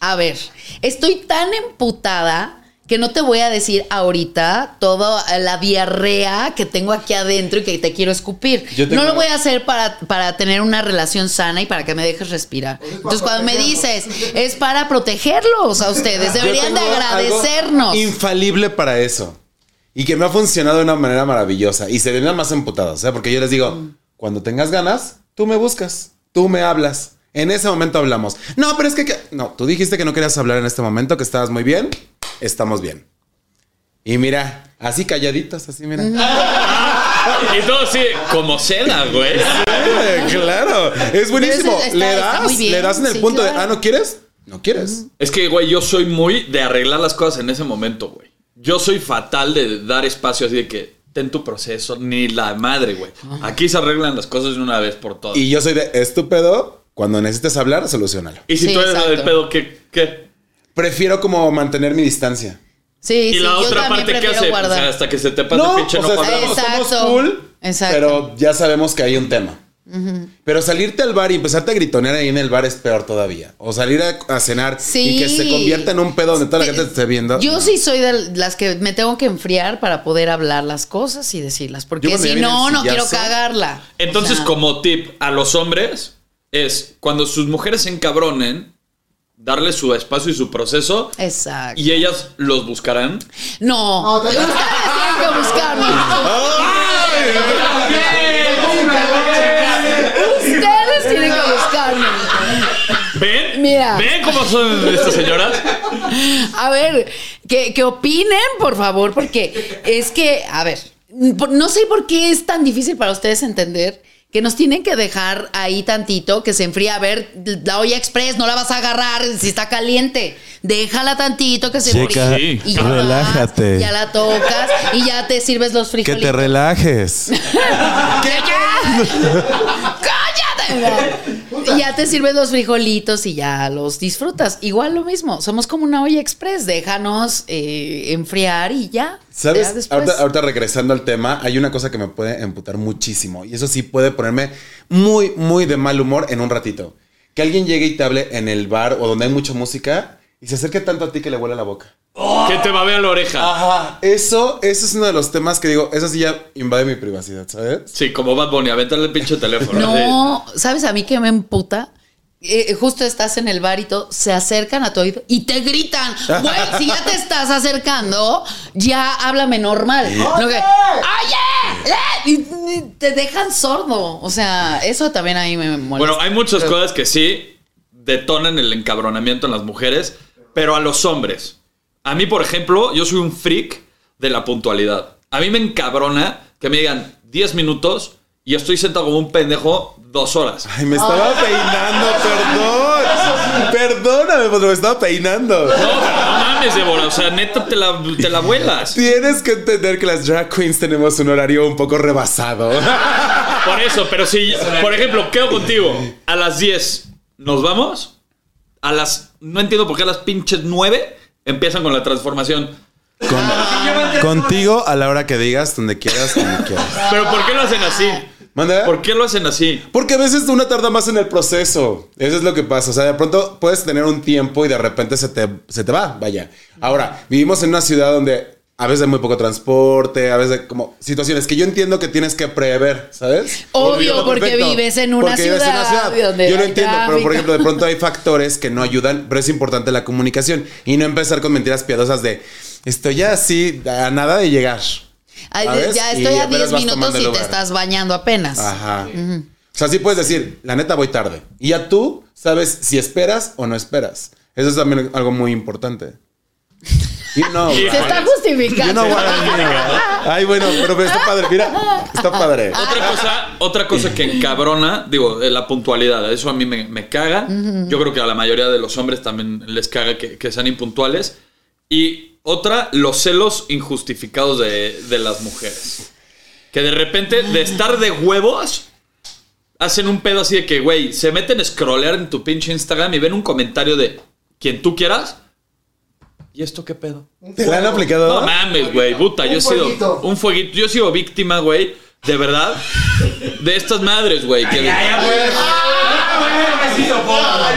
A ver, estoy tan emputada que no te voy a decir ahorita toda la diarrea que tengo aquí adentro y que te quiero escupir. Yo tengo- No lo voy a hacer para, para tener una relación sana y para que me dejes respirar. Entonces, cuando me dices, es para protegerlos a ustedes, Yo deberían de tengo algo agradecernos. Infalible para eso. Y que me ha funcionado de una manera maravillosa. Y se ven más emputados, ¿eh? Porque yo les digo, Mm. cuando tengas ganas, tú me buscas, tú me hablas. En ese momento hablamos. No, pero es que, que- No, tú dijiste que no querías hablar en este momento, que estabas muy bien. Estamos bien. Y mira, así calladitos, así mira. *laughs* Y todo sí, como seda, güey. Eh, claro, es Pero buenísimo. eso está- le está das, muy bien, le das en el sí, punto de, claro. ah, ¿no quieres? No quieres. Es que, güey, yo soy muy de arreglar las cosas en ese momento, güey. Yo soy fatal de dar espacio así de que ten tu proceso, ni la madre, güey. Aquí se arreglan las cosas de una vez por todas. Y Y, yo soy de estúpido. Cuando necesites hablar, solucionalo. si Sí, tú eres la del exacto. pedo, ¿qué? qué? Prefiero como mantener mi distancia. Sí, Y, sí, la yo otra también parte, ¿qué prefiero hace? O guardar. sea, hasta que se te pase el pinche o no sea, cuadrado. estamos- somos Exacto. cool, Exacto. pero ya sabemos que hay un tema. Pero salirte al bar y empezarte a gritonear ahí en el bar es peor todavía. O salir a, a cenar Sí. y que se convierta en un pedo donde toda la Te- gente te esté viendo. Yo No. sí soy de las que me tengo que enfriar para poder hablar las cosas y decirlas. Yo Porque cuando si me viene no, el no quiero sillazo- cagarla. Entonces, O sea, como tip a los hombres, es cuando sus mujeres se encabronen, darle su espacio y su proceso, Exacto. y ellas los buscarán. No. No, te- Ustedes tienen que buscarme. Ustedes tienen que buscarme. ¿Ven? Mira. ¿Ven cómo son estas señoras? A ver, que, que opinen, por favor, porque es que, a ver, por- no sé por qué es tan difícil para ustedes entender que nos tienen que dejar ahí tantito, que se enfría. A ver, la olla express no la vas a agarrar si está caliente. Déjala tantito que se Chica, enfríe. sí. ya vas, relájate. ya la tocas y ya te sirves los Que frijoles. te *laughs* relajes. ¡Cállate! Y ya te sirves los frijolitos y ya los disfrutas. Igual lo mismo, somos como una olla express, déjanos eh, enfriar y ya. Ya ¿Sabes? después. Ahorita, ahorita regresando al tema, hay una cosa que me puede emputar muchísimo. Y eso sí puede ponerme muy, muy de mal humor en un ratito. Que alguien llegue y te hable en el bar o donde hay mucha música y se acerque tanto a ti que le huele la boca. Que te va a ver la oreja. Ajá. Eso, eso es uno de los temas que digo, eso sí ya invade mi privacidad, ¿sabes? Sí, como Bad Bunny, aventarle el pinche teléfono. así. No, ¿sabes a mí que me emputa? Eh, justo estás en el bar y todo, se acercan a tu oído y te gritan, güey, si ya te estás acercando, ya háblame normal. No que, ¡Oye! eh", y- y te dejan sordo. O sea, eso también a mí me molesta. Bueno, hay muchas cosas que sí detonan el encabronamiento en las mujeres, pero a los hombres. A mí, por ejemplo, yo soy un freak de la puntualidad. A mí me encabrona que me digan 10 minutos y estoy sentado como un pendejo dos horas. Ay, me estaba peinando, perdón. Perdóname, porque me estaba peinando. No, no mames, Débora. O sea, neta, te la, te la vuelas. Tienes que entender que las drag queens tenemos un horario un poco rebasado. Por eso, pero si, por ejemplo, quedo contigo a las 10, ¿nos vamos? A las. No entiendo por qué a las pinches 9 empiezan con la transformación. Con- contigo a la hora que digas, Donde quieras, como quieras. Pero ¿por qué lo hacen así? ¿Manda? ¿Por qué lo hacen así? Porque a veces una tarda más en el proceso. Eso es lo que pasa. O sea, de pronto puedes tener un tiempo y de repente se te, se te va, vaya. Ahora, vivimos en una ciudad donde a veces hay muy poco transporte, a veces hay como situaciones que yo entiendo que tienes que prever, ¿sabes? Obvio, Perfecto. porque vives en una ciudad donde yo lo hay entiendo, pero tráfico. por ejemplo, de pronto hay factores que no ayudan, pero es importante la comunicación y no empezar con mentiras piadosas de estoy ya así a nada de llegar. Ay, ¿sabes? ya Y estoy a apenas 10 vas minutos tomando y el te lugar. Ah. estás bañando apenas. Ajá. O sea, sí puedes decir, la neta voy tarde. Y ya tú sabes si esperas o no esperas. Eso es también algo muy importante. Y *laughs* no. Se güey. Se está You justificando. know what I mean, güey. Ay, bueno, pero está padre, mira, está padre. Otra cosa, otra cosa que cabrona, digo, eh, la puntualidad. Eso a mí me, me caga. Yo creo que a la mayoría de los hombres también les caga que, que sean impuntuales. Y otra, los celos injustificados de, de las mujeres. Que de repente, de estar de huevos, hacen un pedo así de que, güey, se meten a scrollear en tu pinche Instagram y ven un comentario de quien tú quieras. ¿Y esto qué pedo? ¿Te la han aplicado? No mames, güey, puta, yo he Un sido fueguito. un fueguito, yo he sido víctima, güey, de verdad, de estas madres, güey. que-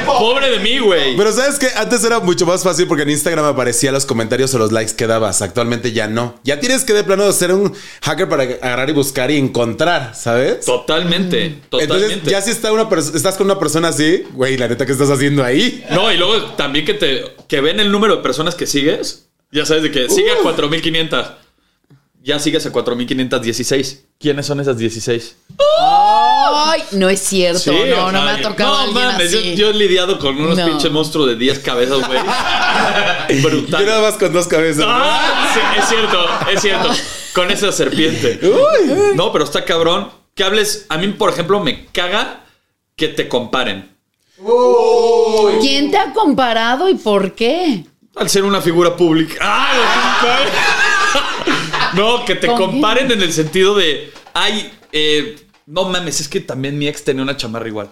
Pobre de mí, güey. Pero sabes que antes era mucho más fácil porque en Instagram aparecían los comentarios o los likes que dabas. Actualmente ya no. Ya tienes que de plano ser un hacker para agarrar y buscar y encontrar, ¿sabes? Totalmente, Entonces, totalmente. ya si está una pers- estás con una persona así, güey, la neta, ¿qué estás haciendo ahí? No, y luego también que te que ven el número de personas que sigues, ya sabes de que sigue a 4500. Ya sigues a 4516. ¿Quiénes son esas 16? Ay, no es cierto. no, o no me sea, ha tocado No alguien mames, yo, así. yo he lidiado con unos No. pinches monstruos de 10 cabezas, *laughs* güey. Brutal. Yo nada más con dos cabezas. Ah, *laughs* sí, es cierto, es cierto. Con esa serpiente. No, pero está cabrón. Que hables. A mí, por ejemplo, me caga que te comparen. ¿Quién te ha comparado y por qué? Al ser una figura pública. *laughs* ¡Ah! lo- No, que *laughs* te ¿Con comparen en el sentido de. Ay, eh, no mames, es que también mi ex tenía una chamarra igual.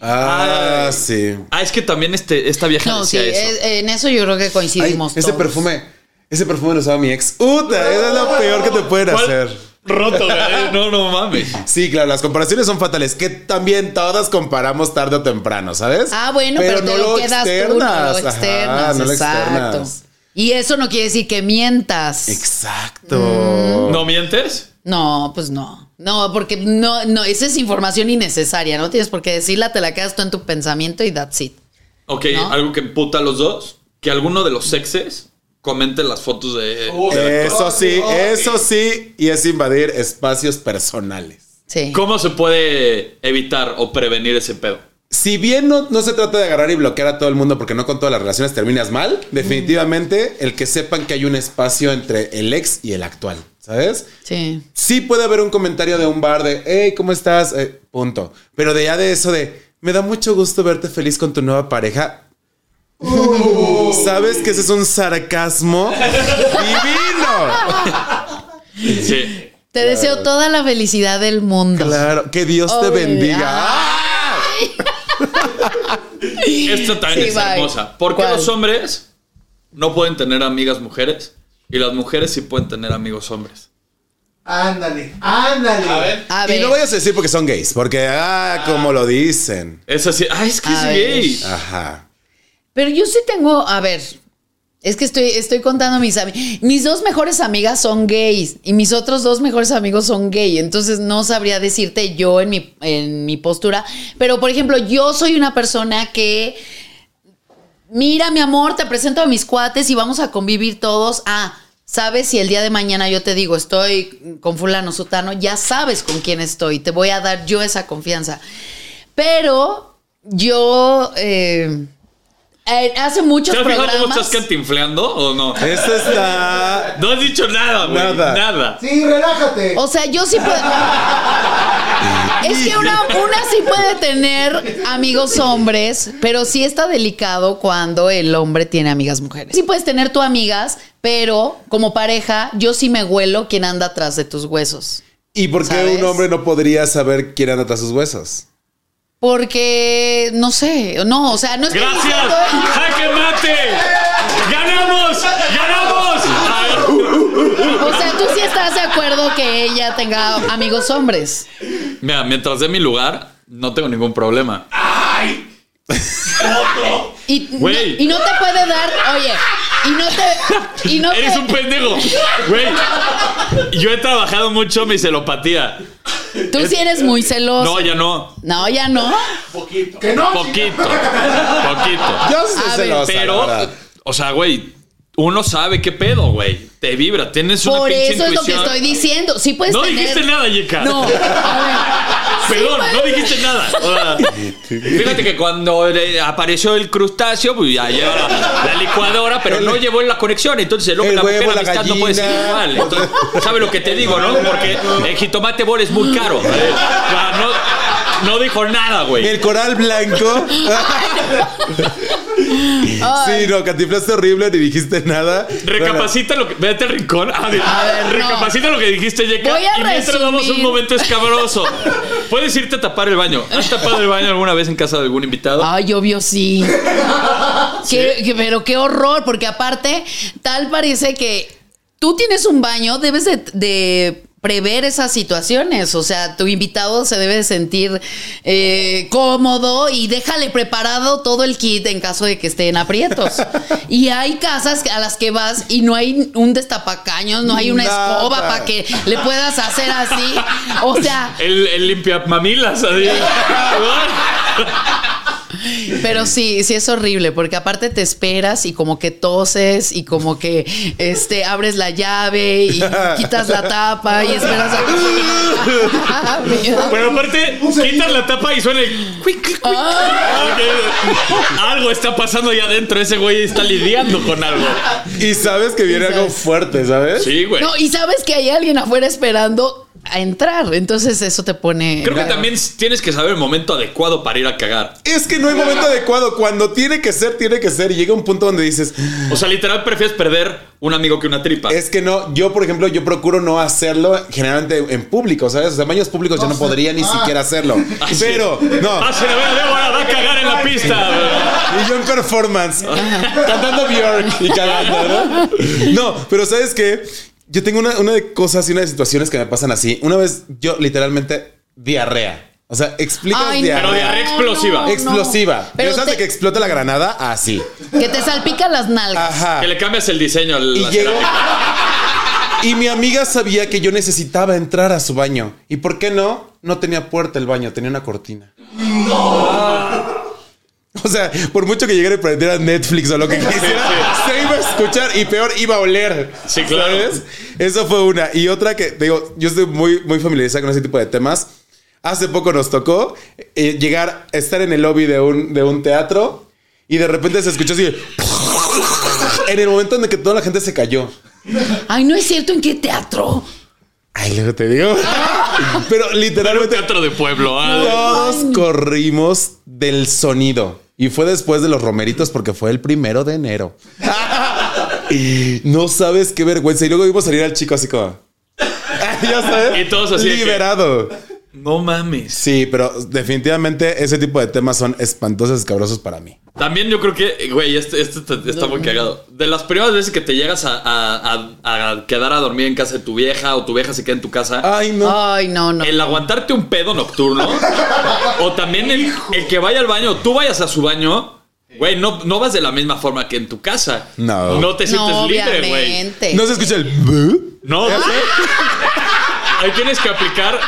Ah, sí. Ah, es que también este, esta vieja No, sí, eh. decía eso. es- en eso yo creo que Ay, coincidimos. ese todos. perfume, ese perfume lo usaba mi ex. Uta, esa es lo peor que te pueden ¿Cuál? hacer. Roto, güey. No, no mames. Sí, claro, las comparaciones son fatales, que también todas comparamos tarde o temprano, ¿sabes? Ah, bueno, pero, te lo, quedas tú, no lo externas, ajá, externas. no lo exacto. externas. Y eso no quiere decir que mientas. Exacto. Mm. ¿No mientes? no, pues no. No, porque no, no, esa es información innecesaria, no tienes por qué decirla, te la quedas tú en tu pensamiento y that's it. Ok, ¿No? algo que emputa a los dos, que alguno de los sexes comente las fotos de... Eso sí, eso sí, y es invadir espacios personales. Sí. ¿Cómo se puede evitar o prevenir ese pedo? Si bien no, no se trata de agarrar y bloquear a todo el mundo porque no con todas las relaciones terminas mal, definitivamente el que sepan que hay un espacio entre el ex y el actual, ¿sabes? Sí. Sí puede haber un comentario de un bar de, hey, ¿cómo estás? Eh, punto. Pero de ya de eso de, me da mucho gusto verte feliz con tu nueva pareja. Oh. ¿Sabes que ese es un sarcasmo divino? Sí. Te deseo toda la felicidad del mundo. Claro, que Dios te Ay, bendiga. ah. Esta también Sí, es bye. hermosa. ¿Por qué ¿Cuál? los hombres no pueden tener amigas mujeres y las mujeres sí pueden tener amigos hombres? Ándale, ándale. A ver. A Ah. Y ver. no vayas a decir porque son gays, porque, ah, como lo dicen. Es así, ah, es que A es ver. gay. Ajá. Pero yo sí tengo, a ver, es que estoy, estoy contando mis amigas. Mis dos mejores amigas son gays y mis otros dos mejores amigos son gay. Entonces no sabría decirte yo en mi, en mi postura. Pero por ejemplo, yo soy una persona que... Mira, mi amor, te presento a mis cuates y vamos a convivir todos. Ah, sabes si el día de mañana yo te digo estoy con fulano sutano, ya sabes con quién estoy. Te voy a dar yo esa confianza. Pero yo eh, eh, hace muchos ¿Te has fijado programas. cómo estás cantinfleando o no? Esto está... No has dicho nada, güey. Nada. Nada. Sí, relájate. O sea, yo *laughs* sí puedo. Es que una, una sí puede tener amigos hombres, pero sí está delicado cuando el hombre tiene amigas mujeres. Sí puedes tener tú amigas, pero como pareja, yo sí me huelo quién anda atrás de tus huesos. ¿Y por qué ¿Sabes? un hombre no podría saber quién anda tras sus huesos? Porque, no sé, no, o sea, no estoy ¡Gracias! diciendo- ¡Jaque mate! ¡Ganamos! *laughs* ¡Ganamos! O sea, tú sí estás de acuerdo que ella tenga amigos hombres. Mira, mientras dé mi lugar, no tengo ningún problema. Y, no, Güey. y no te puede dar, oye, y no te. Y *laughs* no Eres te- un pendejo. Güey. Yo he trabajado mucho mi celopatía. Tú sí eres muy celoso. No, ya no. No, ya no. Que no. *laughs* Poquito. Poquito. Yo sí soy A ver. celosa, la Pero, verdad. o sea, güey, uno sabe qué pedo, güey. Te vibra, tienes una Por pinche eso es lo que intuición. estoy diciendo. Sí puedes No tener- dijiste nada, Yeka. No. a ver. Perdón, Sí no puedes- dijiste nada. *laughs* O sea, fíjate que cuando eh, apareció el crustáceo, pues ya lleva la, la licuadora, pero no llevó la conexión. Entonces el hombre, el la huevo, mujer, la la amistad no puede ser gallina. igual. Entonces, ¿sabe lo que te digo, no? Porque el jitomate bol es muy caro. Eh, O sea, no, no dijo nada, güey. El coral blanco. sí, no, cantiflaste horrible, ni dijiste nada. Recapacita lo que. Vete al rincón. A ver, A ver, no. recapacita lo que dijiste, Yeka. Voy a y mientras damos un resumir. momento escabroso. Puedes irte a tapar el baño. ¿Has tapado el baño alguna vez en casa de algún invitado? Ay, obvio sí. Qué- que- pero qué horror, porque aparte, tal parece que tú tienes un baño, debes de, de prever esas situaciones. O sea, tu invitado se debe de sentir eh, cómodo y déjale preparado todo el kit en caso de que esté en aprietos. Y hay casas a las que vas y no hay un destapacaños, no hay una Nada. escoba para que le puedas hacer así. O sea, El, el limpia mamilas. *laughs* Pero sí, sí es horrible, porque aparte te esperas y como que toses y como que este abres la llave y quitas la tapa y esperas a Pero aparte, Un cerillo. quitas la tapa y suena el. cuic, cuic, cuic. Ah, que- Algo está pasando allá adentro. Ese güey está lidiando con algo. Y sabes que viene Sí, algo sabes. fuerte, ¿sabes? Sí, güey. *laughs* No, y sabes que hay alguien afuera esperando a entrar, entonces eso te pone Creo que también tienes que saber el momento adecuado para ir a cagar. Es que no hay momento adecuado. Cuando tiene que ser, tiene que ser. Y llega un punto donde dices, O sea, literal, prefieres perder un amigo que una tripa. es que no. Yo, por ejemplo, yo procuro no hacerlo generalmente en público, ¿sabes? O sea, en baños públicos yo no podría ni siquiera hacerlo. Ay, Ah, sí. Pero, no. Pasen a ver, Débora va a cagar en la pista. güey. Y yo en performance, cantando Bjork y cagando, ¿no? No, pero ¿sabes qué? Yo tengo una, una de cosas y una de situaciones que me pasan así. Una vez yo literalmente diarrea. O sea, explicas Ay, diarrea. Pero diarrea explosiva. no. Explosiva. Pero Pero sabes te- de que explota la granada así. que te salpican las nalgas. Ajá. Que le cambias el diseño. al- Y la llegó. cerámica. Y mi amiga sabía que yo necesitaba entrar a su baño. ¿Y por qué no? No tenía puerta el baño, tenía una cortina. O sea, por mucho que llegara y prendiera Netflix o lo que quisiera, se iba a escuchar y peor iba a oler. Sí, claro. Eso fue una. Y otra que, te digo, yo estoy muy, muy familiarizada con ese tipo de temas. Hace poco nos tocó eh, llegar, estar en el lobby de un, de un teatro y de repente se escuchó así. En el momento en el que toda la gente se cayó. Ay, no es cierto en qué teatro. Ay, luego te digo. Ah. Pero Era un literalmente teatro de pueblo. ah. todos corrimos del sonido. Y fue después de los romeritos porque fue el primero *laughs* de enero. Y no sabes qué vergüenza. Y luego vimos salir al chico así como... *laughs* ya sabes. Y todos así de que- Liberado. No mames. Sí, pero definitivamente ese tipo de temas son espantosos, escabrosos para mí. También yo creo que, güey, este, este te- está muy cagado. De las primeras veces que te llegas a, a- a- a quedar a dormir en casa de tu vieja o tu vieja se queda en tu casa, Ay, no. Ay, no, no. el aguantarte un pedo nocturno o también el, el que vaya al baño, tú vayas a su baño, güey, no, no vas de la misma forma que en tu casa. No. No te sientes No, libre, güey. obviamente. No se escucha el... "Bu". No, no sé. Ahí tienes que aplicar.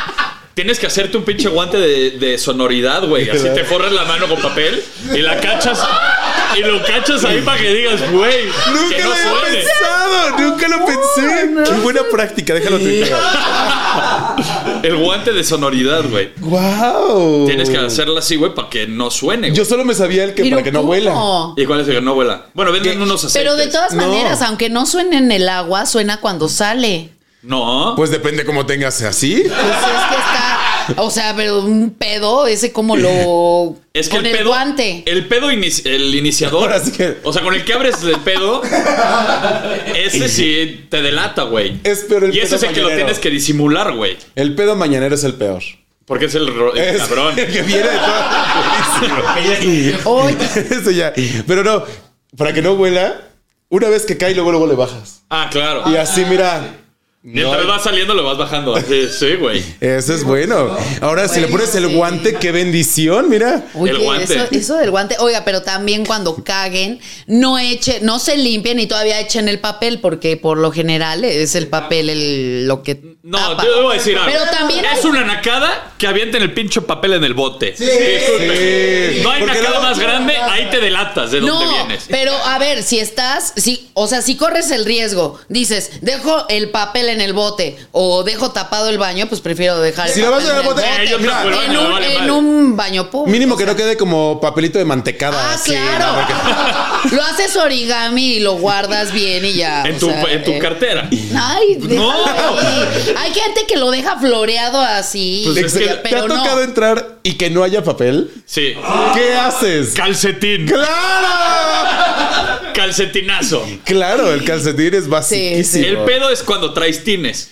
Tienes que hacerte un pinche guante de, de sonoridad, güey. Así te forras la mano con papel y la cachas. Y lo cachas ahí para que digas, güey, que Nunca no lo había suene. pensado, nunca lo pensé. Qué buena práctica, déjalo tuitear. El guante de sonoridad, güey. ¡Wow! Tienes que hacerla así, güey, para que no suene. güey. Oh. Yo solo me sabía el que Pero para que no ¿cómo? vuela. ¿Y cuál es el que no vuela? Bueno, venden unos aceites. Pero de todas No. maneras, aunque no suene en el agua, suena cuando sale. No. Pues depende cómo tengas así. Pues es que está. O sea, pero un pedo, ese como lo. *laughs* es que con el el, pedo. guante. El pedo, inici- el iniciador. Pues, Ahora sí que- O sea, con el que abres el *laughs* pedo. ese sí te delata, güey. Es peor el Y ese pedo es el que lo mañanero. tienes que disimular, güey. El pedo mañanero es el peor. Porque es el, ro- el Es *laughs* cabrón. El que viene de todo. Oye. *laughs* Eso ya. Pero no, para que no eh. vuela, una vez que cae, luego luego le bajas. Ah, claro. Y así, mira. Mientras No. vas saliendo, lo vas bajando. así. Sí, güey. Eso es bueno. Ahora, si le pones el sí. guante, qué bendición, mira. Oye, El guante. Eso, eso del guante. Oiga, pero también cuando caguen, no echen, no se limpien y todavía echen el papel, porque por lo general es el papel el, lo que. No, tapa. te debo decir algo. Pero también es hay- una nacada que avienten el pincho papel en el bote. Sí. Disculpe. Sí. No hay Porque nacada luego- más grande, ahí te delatas de dónde no, vienes. pero a ver, si estás, si, o sea, si corres el riesgo, dices, dejo el papel en el bote o dejo tapado el baño, pues prefiero dejar el Si lo vas a papel dejar al bote, Eh, yo mira, tapo el en, baño, un, vale en madre. un baño público. Mínimo que no quede como papelito de mantecada. Ah, así, ¿no? Porque- claro. *laughs* lo haces origami y lo guardas bien y ya. En o tu, sea, en tu eh, cartera. Ay, No. déjalo ahí. Hay gente que lo deja floreado así. Pues es que pero ¿Te ha no. tocado entrar y que no haya papel? Sí. ¿Qué haces? Calcetín. ¡Claro! Calcetinazo. Claro, el calcetín es basiquísimo. sí. El pedo es cuando traes *laughs* tines.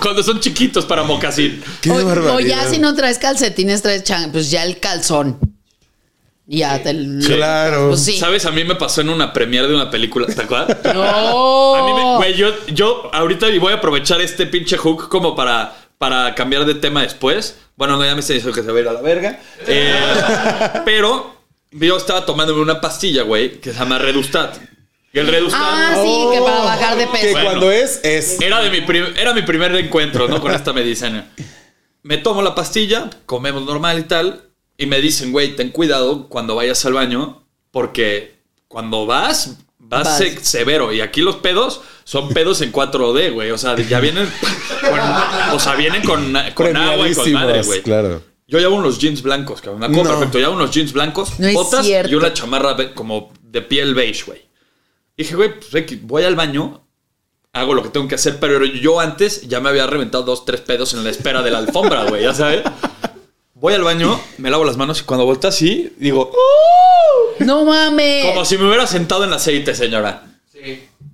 cuando son chiquitos para mocasín. ¡Qué o, barbaridad! o ya si no traes calcetines, traes chan, pues ya el calzón. Ya te lo- Claro. Pues sí. ¿Sabes? A mí me pasó en una premiere de una película. ¿Te acuerdas? No. A mí me- güey, yo, yo ahorita voy a aprovechar este pinche hook como para, para cambiar de tema después. Bueno, no, ya me se dijo que se va a ir a la verga. *laughs* Eh, pero yo estaba tomándome una pastilla, güey, que se llama Redustat. Y el Redustat Ah, sí, que para bajar de peso. Oh, Que Bueno. cuando es, es. era, de mi prim- era mi primer encuentro, ¿no? Con esta medicina. Me tomo la pastilla, comemos normal y tal. Y me dicen, güey, ten cuidado cuando vayas al baño, porque cuando vas, vas, Vas. se- severo. Y aquí los pedos son pedos en 4D, güey. O sea, ya vienen con, o sea, vienen con, con agua y con madre, Premiadísimos, güey. Claro. Yo llevo unos jeans blancos, cabrón. Me acuerdo No. perfecto. Llevo unos jeans blancos, No es botas cierto. y una chamarra be- como de piel beige, güey. Dije, güey, pues, X, voy al baño, hago lo que tengo que hacer, pero yo antes ya me había reventado dos, tres pedos en la espera de la alfombra, *laughs* güey, ya sabes. Voy al baño, me lavo las manos y cuando vuelta así, digo, No mames. como si me hubiera sentado en aceite, señora.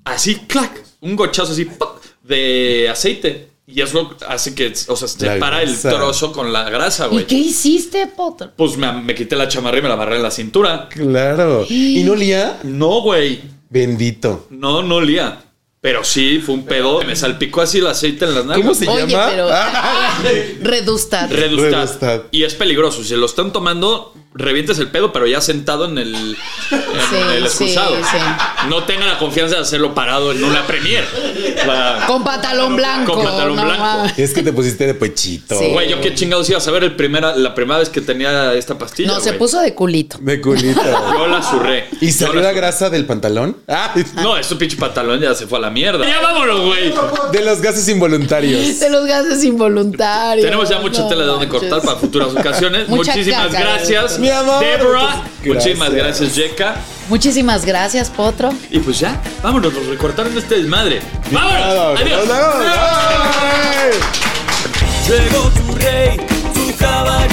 Así, clac, un gochazo así ¡pac! de aceite. Y eso hace que, o sea, se La para el grasa. trozo con la grasa, ¿Y güey. qué hiciste, Potter? Pues me, me quité la chamarra y me la amarré en la cintura. Claro. ¿Y no olía? No, güey. Bendito. No, no olía. Pero sí, fue un pedo. Me salpicó así el aceite en las ¿Cómo nalgas. se Oye, llama? pero- Ah, Redustat. Redustar. Redustat. Y es peligroso. Si lo están tomando, revientes el pedo, pero ya sentado en el, en el sí, excusado. sí. No tengan la confianza de hacerlo parado en una premier. O sea, Con pantalón blanco. Con pantalón no blanco. mames. *laughs* es que te pusiste de pechito. Sí. Güey, yo qué chingados iba a saber el primera, la primera vez que tenía esta pastilla. No, se güey. puso de culito. *laughs* De culito. Yo la zurré. ¿Y Yo salió la zurré. grasa del pantalón? Ah, *laughs* No, ese pinche pantalón ya se fue a la mierda. Ya vámonos, güey. de los gases involuntarios. De los gases involuntarios. Tenemos ya mucha No tela de donde manches. cortar para futuras ocasiones. Mucha Muchísimas caca, gracias, Mi amor, Débora. muchas gracias. Muchísimas gracias, Yeka. Muchísimas gracias, Potro. Y pues ya, vámonos, nos recortaron este desmadre. ¡Vámonos! Claro, ¡Adiós! claro, claro. Llegó tu rey, tu caballo.